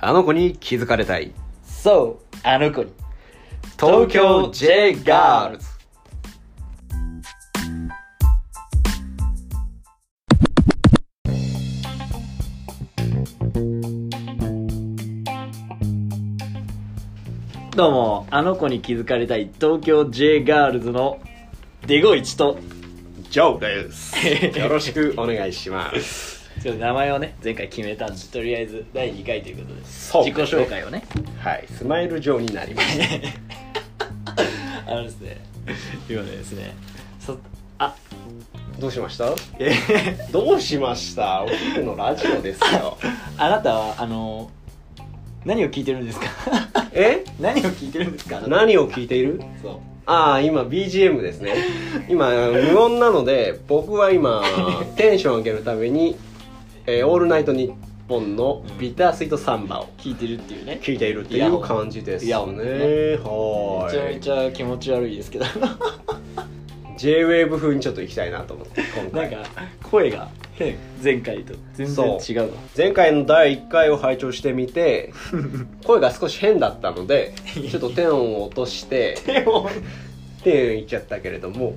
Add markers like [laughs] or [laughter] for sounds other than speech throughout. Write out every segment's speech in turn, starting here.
あの子に気づかれたい。そう、あの子に。東京 J ガールズ。どうも、あの子に気づかれたい東京 J ガールズのデゴイチと、ジョーです。 [laughs] よろしくお願いします。ちょっと名前をね、前回決めたんで、とりあえず第2回ということで、そう自己紹介 [laughs] をね。はい、スマイルジョーになります。あのですね、今ねですね、そあ、 [laughs] どうしましたえ [laughs] ーどうしましたお昼のラジオですよ。あなたはあの何を聞いてるんですか [laughs] [laughs] え何を聞いてるんですかあなた何を聞いているそああ、今 BGM ですね。今、無音なので、僕は [laughs] 今、テンション上げるために、えーオールナイトニッポンのビタースイートサンバをう聞いてるっていうね聞いているっていう感じですイね。ヤホンねはめちゃーめい。ちゃ気持ち悪いですけど J-Wave 風にちょっと行きたいなと思って、今なん回。か声が変前回と全然違うわ前回の第1回を拝聴してみ [laughs] て、声が少し変だったので、ちょっとテンを落として、でもって言っちゃったけれども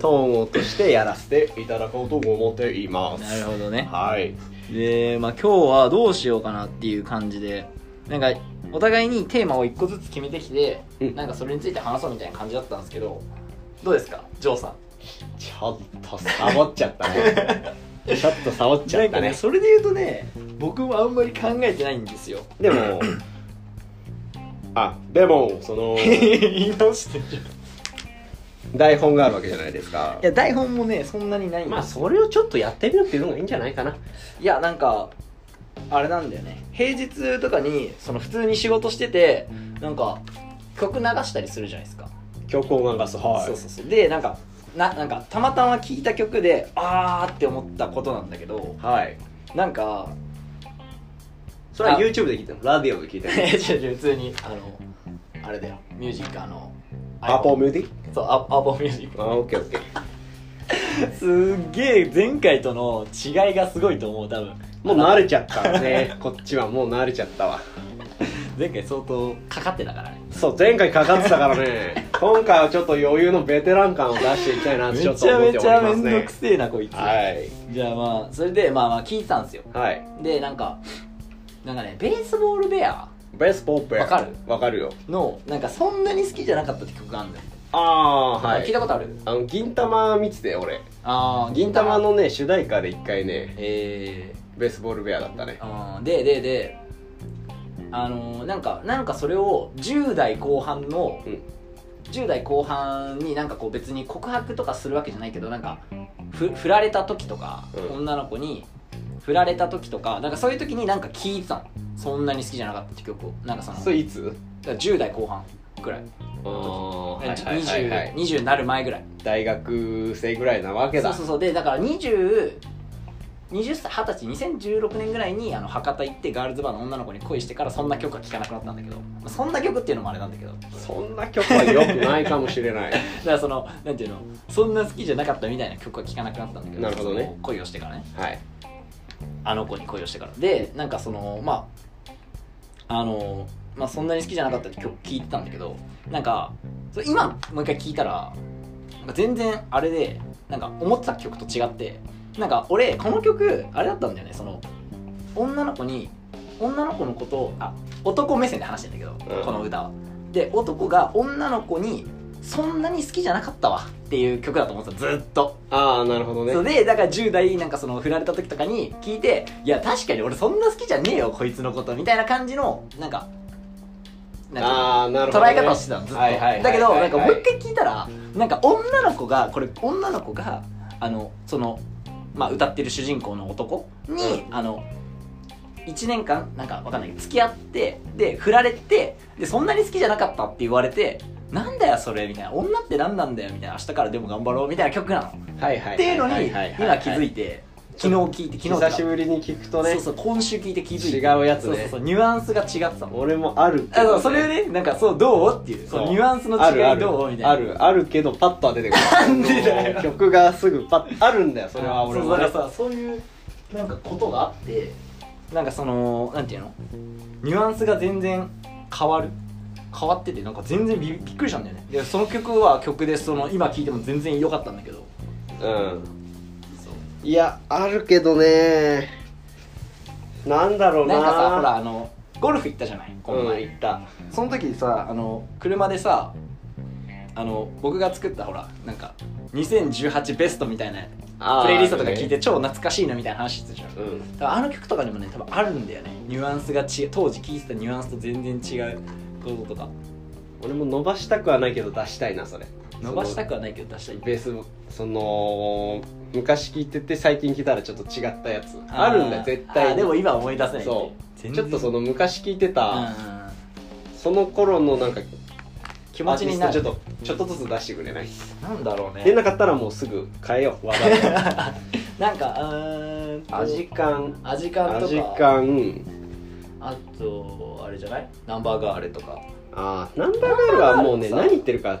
トーンを落としてやらせていただこうと思っていますなるほどねはいでまあ今日はどうしようかなっていう感じでなんかお互いにテーマを一個ずつ決めてきて、うんなんかそれについて話そうみたいな感じだったんですけどどうですかジョーさんちょっとサボっちゃった [laughs] ねちょっとサボっちゃなっんかたねねそれで言うとね僕もあんまり考えてないんですよでもあでもそ [laughs] の [laughs] 言い直してる台本があるわけじゃないですかいや台本もねそんなにないんです、まあそれをちょっとやってみるっていうのがいいんじゃないかないやなんかあれなんだよね平日とかにその普通に仕事しててなんか曲流したりするじゃないですか、曲を流すはそうそうそうでなんかななんかたまたま聴いた曲であーって思ったことなんだけどはいなんか [laughs] それはあ YouTube で聞いてるのラディオで聞いて [laughs] るの違う違う普通にあのあれだよミュージックあのアポミューディそうアアポミュージックあオッケーオッケーすっげえ前回との違いがすごいと思う多分もう慣れちゃったね [laughs] こっちはもう慣れちゃったわ前回相当かかってたからねそう前回かかってたから [laughs] ね今回はちょっと余裕のベテラン感を出していきたいなってちめちょっとゃ思っめておちりゃまめすんどねくせえなこいつ、はいじゃあまあそれでまあまあ聞いてたんですよはいでなんかなんかねベースボールベアベースポップわかるわかるよのなんかそんなに好きじゃなかったって曲があるんだよ、ああーは聞いいたことあるあの銀玉見てて俺ああ銀玉のね主題歌で一回ねえベースボールベアだったねー、あーででであのー、なんかなんかそれを10代後半のうん10代後半になんかこう別に告白とかするわけじゃないけどなんかふ振られた時とか、うん女の子に振られた時とかなんかそういう時になんか聴いてたのそんなに好きじゃなかったって曲をなんかそのそれいつだから10代後半くらいああはいはいはいは20い20になる前ぐらい大学生ぐらいなわけそうだそうそうでだから2020歳20歳2016年ぐらいにあの博多行ってガールズバーの女の子に恋してからそんな曲は聴かなくなったんだけどまあそんな曲っていうのもあれなんだけどそんな曲は良くないかもしれ [laughs] ないだからそのなんていうのそんな好きじゃなかったみたいな曲は聴かなくなったんだけどなるほどねその恋をしてからねはいあの子に恋をしてからでなんかそのまああのまあそんなに好きじゃなかったって曲聴いてたんだけどなんかそれ今もう一回聴いたらなんか全然あれでなんか思ってた曲と違ってなんか俺この曲あれだったんだよねその女の子に女の子のことをあ男目線で話してんだけど、うんこの歌はで男が女の子にそんなに好きじゃなかったわっていう曲だと思ってたずっとああなるほどねそうでだから10代なんかその振られた時とかに聞いていや確かに俺そんな好きじゃねえよこいつのことみたいな感じのなんかなんかああなるほど、捉ね、え方をしてたのずっとはいはいはいはいだけどなんかもう一回聞いたらなんか女の子がこれ女の子があのそのまあ歌ってる主人公の男にあの1年間なんかわかんないけど付き合ってで振られてでそんなに好きじゃなかったって言われてなんだよそれみたいな女って何なんだよみたいな明日からでも頑張ろうみたいな曲なのはいはいはいはいはいはいっていうのに今気づいて昨日聞いて昨日久しりぶりに聞くとねそうそう今週聞いて気づいて違うやつねそうそうそうニュアンスが違ってたもん俺もあるけあど、そうそれをねなんかそうどうっていうそそうのニュアンスのあるあ違いるどうみたいなあるあるけどパッとは出てくるなんでだよ曲 [laughs] がすぐパッあるんだよそれは俺そうもねだからさそういうなんかことがあってなんかそのなんていうのニュアンスが全然変わる変わっててなんか全然びびっくりしたんだよねでその曲は曲でその今聴いても全然良かったんだけどうんそいやあるけどねなんだろううななんかさほらあのゴルフ行ったじゃないこのうん前、行ったその時さあの車でさあの僕が作ったほらなんか2018ベストみたいなあープレイリストとか聞いて超懐かしいなみたいな話してたじゃんうんだからあの曲とかにもね多分あるんだよねニュアンスが違う当時聴いてたニュアンスと全然違うこととか俺も伸ばしたくはないけど出したいなそれ伸ばしたくくはないけど出したいベースその昔聴いてて最近聴いたらちょっと違ったやつーあるんだよ絶対あーでも今思い出せないそ全ち然ょっとその昔聴いてうんうんた、うんその頃のなんか気持ちになアーるティストちょっとちょっとずつ出してくれないなんだろう出ねなかったらもうすぐ変えよう話 [laughs] 題なんかうーんと味感味感と味か感あとあれじゃないナンバーガールとかああナンバーガールはもうねナンバーガールさ何言ってるか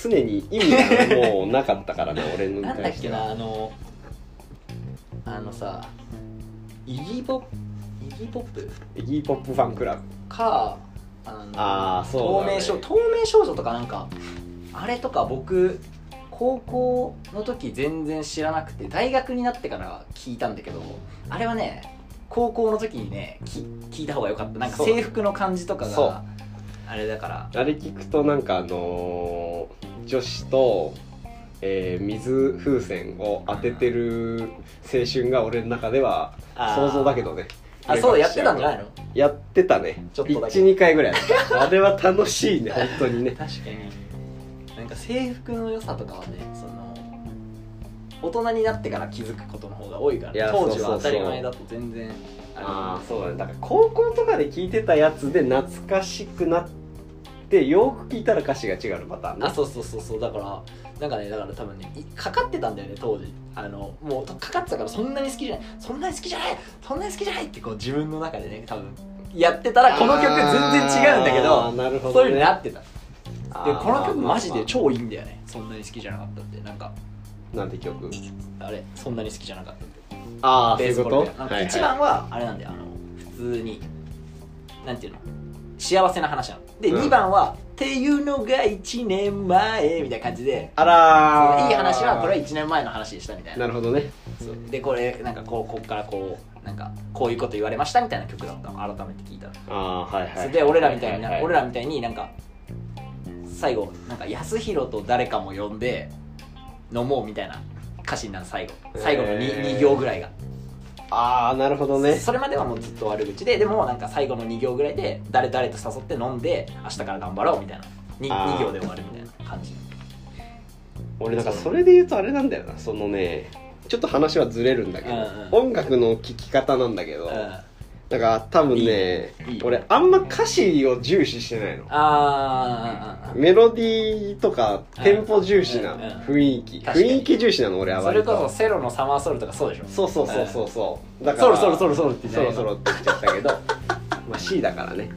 常に意味がもうなかったからね俺に [laughs] なんだ対っしけてはなあのあのさイギーポップイギーポップイギーポップファンクラブかあのあーそう透だね明少透明少女とかなんかあれとか僕高校の時全然知らなくて大学になってから聞いたんだけどあれはね高校の時にねき聞いた方が良かったなんかそう制服の感じとかそうがあれだからあれ聞くとなんかあのー女子と、えー水風船を当ててる青春が俺の中ではあー想像だけどねあそうやってたんじゃないのやってたねちょっとだけ12回ぐらいや [laughs] ったあれは楽しいね本当にね確かになんか制服の良さとかはねその大人になってから気づくことの方が多いかいやら当時はそうそうそ当たうり前だと全然ああそうだねだから高校とかで聞いてたやつで懐かしくなってよく聞いたら歌詞が違うパターンねあそうそうそうそうだからなんかねだから多分ねいかかってたんだよね当時あのもうとかかってたからそんなに好きじゃないそんなに好きじゃないそんなに好きじゃないってこう自分の中でね多分やってたらこの曲全然違うんだけあーどなるほそど、うね、いうのなってたであこーの曲マジでま超いいんだよねそんなに好きじゃなかったってなんかあまあなんて曲あれそんなに好きじゃなかったってああそうベいーうスこボーとルでなんか一番はあれなんだよあの普通になんていうの幸せな話なので、うん2番は「っていうのが1年前」みたいな感じであらーいい話はこれは1年前の話でしたみたいななるほどねそうでこれなんかこうこっからこうなんかこういうこと言われましたみたいな曲だったの改めて聞いたら、ああはいはいそれで俺らみたいにな、はは俺らみたいになんか最後なんか安弘と誰かも呼んで飲もうみたいな歌詞になる最後最後の 2,、へー二行ぐらいが、ああなるほどねそれまではもうずっと悪口ででもなんか最後の2行ぐらいで誰誰と誘って飲んで明日から頑張ろうみたいな 2, あー行で終わるみたいな感じ俺なんかそれで言うとあれなんだよなそのねちょっと話はずれるんだけど、うんうん音楽の聴き方なんだけど、うんだあから多分ねいいいい俺あんま歌詞を重視してないのあーあーあーメロディーとかうんテンポ重視なうんうん雰囲気、確かに雰囲気重視なの俺はそれ割ことそセロのサマーソルとかそうでしょそうそうそうそうそうだからそろそろそろそろって言っそろてたそよろって言っちゃった [laughs] けどまあ C だからね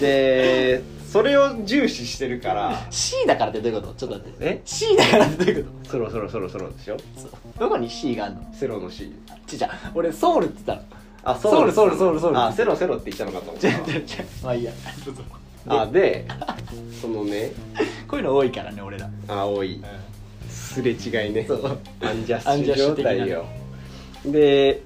でそれを重視してるから C だからってどういうことちょっと待ってえ C だからってどういうこそろそろそろそろでしょとそうどこに C があるのセロの C ちっちゃ俺ソウルって [laughs] 言ったのあソウルソウルソウルソウルあセロセロって言ったのかと思っちたゃちゃちゃまあいいやそうそうあ [laughs] でそのねこういうの多いからね俺ら青いすれ違いねそうアンジャアンッシュジャッシュ状的な態よで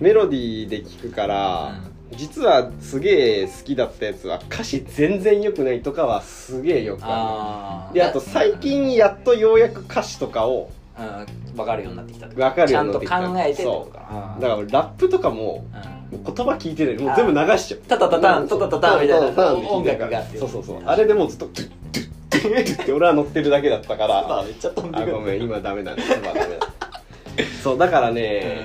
メロディーで聴くから、実はすげえ好きだったやつは歌詞全然良くないとかはすげえよくああるでああと最近やっとようやく歌詞とかをうん分かるようになってきた分かるちよゃうんになとって考きたえてってそこうとかだからラップとかもうんもう言葉聞いてないもう全部流しちゃうタタタタンタタタタンみたいなタタタンって聞いてるから音楽があってそうそうそうあれでもうずっとドゥッドゥッドゥッドゥッって俺は乗ってるだけだったからめっちゃ飛んであくるごめん今ダメだね今ダメだそうだからね、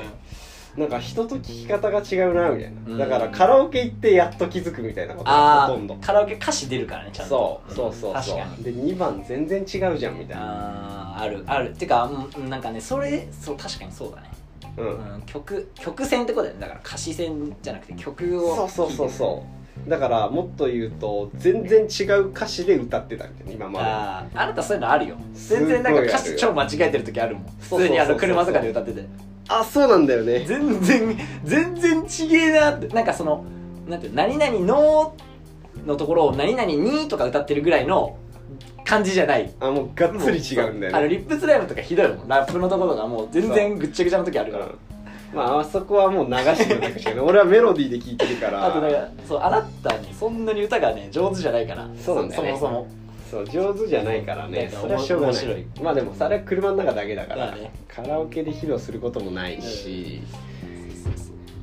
なんか人と聞き方が違うなみたいな、うんだからカラオケ行ってやっと気づくみたいなことがほあとんどあカラオケ歌詞出るからねちゃんそとうそうそう確そかにうで2番全然違うじゃんみたいなあーあるあるてかうんなんかねそれそう確かにそうだね、うんうん、曲曲線ってことだよねだから歌詞線じゃなくて曲をそうそうそうそうだからもっと言うと全然違う歌詞で歌ってたみたいな今まあーあなたそういうのあるよすっごい全然なんか歌ある詞よ超間違えてる時あるもん普そうそうそうそう通にあの車とかで歌っててあそうなんだよね全然全然ちげえなってなんかそのなんていうの何々ののところを何々にとか歌ってるぐらいの感じじゃないあもうがっつり違うんだよあのねリップスライムとかひどいもんラップのところがもう全然ぐっちゃぐちゃの時あるからうんまああそこはもう流してるだけしかね俺はメロディーで聴いてるからあとなんかそうあなたにそんなに歌がね上手じゃないからそうなんだよねそもそそもう上手じゃないからねだからそれはしょうがない面白いまあでもそれは車の中だけだからだねカラオケで披露することもないし、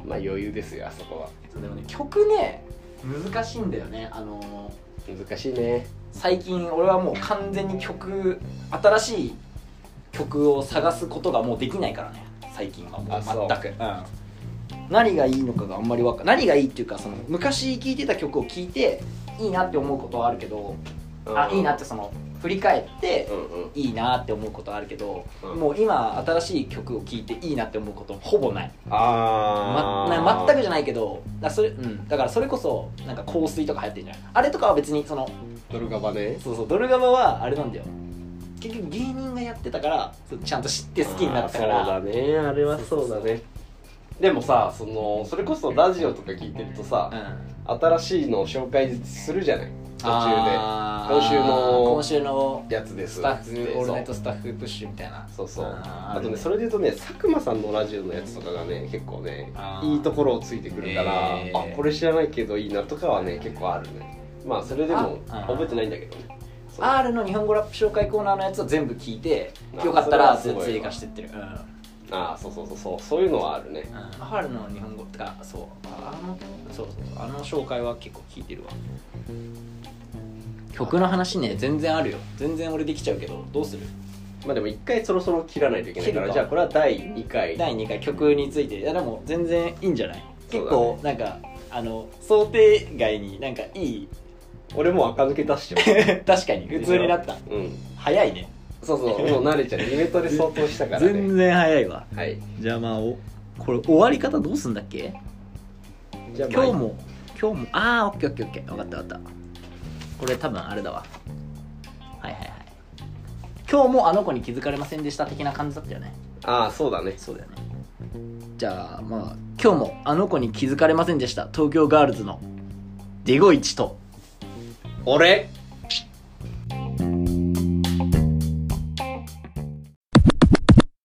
まあ余裕ですよあそこはそうでもね曲ね難しいんだよねあのー難しいね最近俺はもう完全に曲新しい曲を探すことがもうできないからね最近はもあそうう全くうん何がいいのかがあんまりわか何がいいっていうかその昔聴いてた曲を聴いていいなって思うことはあるけど、あいいなってその振り返ってうんうんいいなって思うことはあるけど、うんもう今新しい曲を聴いていいなって思うことほぼないあま、ー、な全くじゃないけどだそれ、うん、だからそれこそなんか香水とか流行ってるじゃないあれとかは別にそのドルガバねそうそうドルガバはあれなんだよ結局芸人がやってたからそうちゃんと知って好きになったからあーそうだねあれはそうだねでもさそのそれこそラジオとか聞いてるとさ、うん新しいのを紹介するじゃない途中あー今週の今週のでやつですスタッフオールナイそトスタッフプッシュみたいなうそうそうああーとねそれで言うとね佐久間さんのラジオのやつとかがね結構ねあーいいところをついてくるから、えーあこれ知らないけどいいなとかはね結構あるねまあそれでもあうん覚えてないんだけどねそう R の日本語ラップ紹介コーナーのやつを全部聞いてあよかったらそれはすごいわ追加してってる、うんああそうそうそうそうそういうのはあるねハルの日本語とかそうあのそうそうあの紹介は結構聞いてるわ曲の話ね全然あるよ全然俺できちゃうけどどうするまあでも一回そろそろ切らないといけないか切らるかじゃあこれは第2回第2回曲についていやでも全然いいんじゃないそうだね結構なんかあの想定外になんかいい [laughs] 俺もう垢抜け出しちゃう確かに普通にな [laughs] ったうん早いねそうそうもう慣れちゃうイベントで相当したからね然早いわはいじゃあまあおこれ終わり方どうすんだっけじゃあ今日も今日もああオッケーオッケーオッケー分かった分かったこれ多分あれだわはいはいはい今日もあの子に気づかれませんでした的な感じだったよねああそうだねそうだよねじゃあまあ今日もあの子に気づかれませんでした東京ガールズのデゴイチと俺